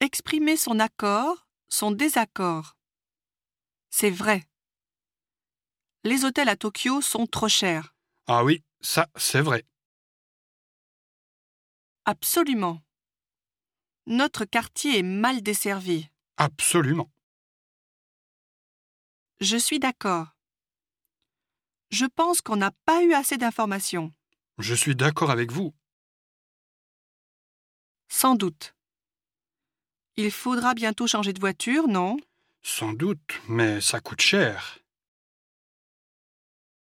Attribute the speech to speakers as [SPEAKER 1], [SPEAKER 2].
[SPEAKER 1] exprimer son accord, son désaccord. C'est vrai. Les hôtels à Tokyo sont trop chers.
[SPEAKER 2] Ah oui, ça, c'est vrai.
[SPEAKER 1] Absolument. Notre quartier est mal desservi.
[SPEAKER 2] Absolument.
[SPEAKER 1] Je suis d'accord. Je pense qu'on n'a pas eu assez d'informations.
[SPEAKER 2] Je suis d'accord avec vous.
[SPEAKER 1] Sans doute. Il faudra bientôt changer de voiture, non
[SPEAKER 2] Sans doute, mais ça coûte cher.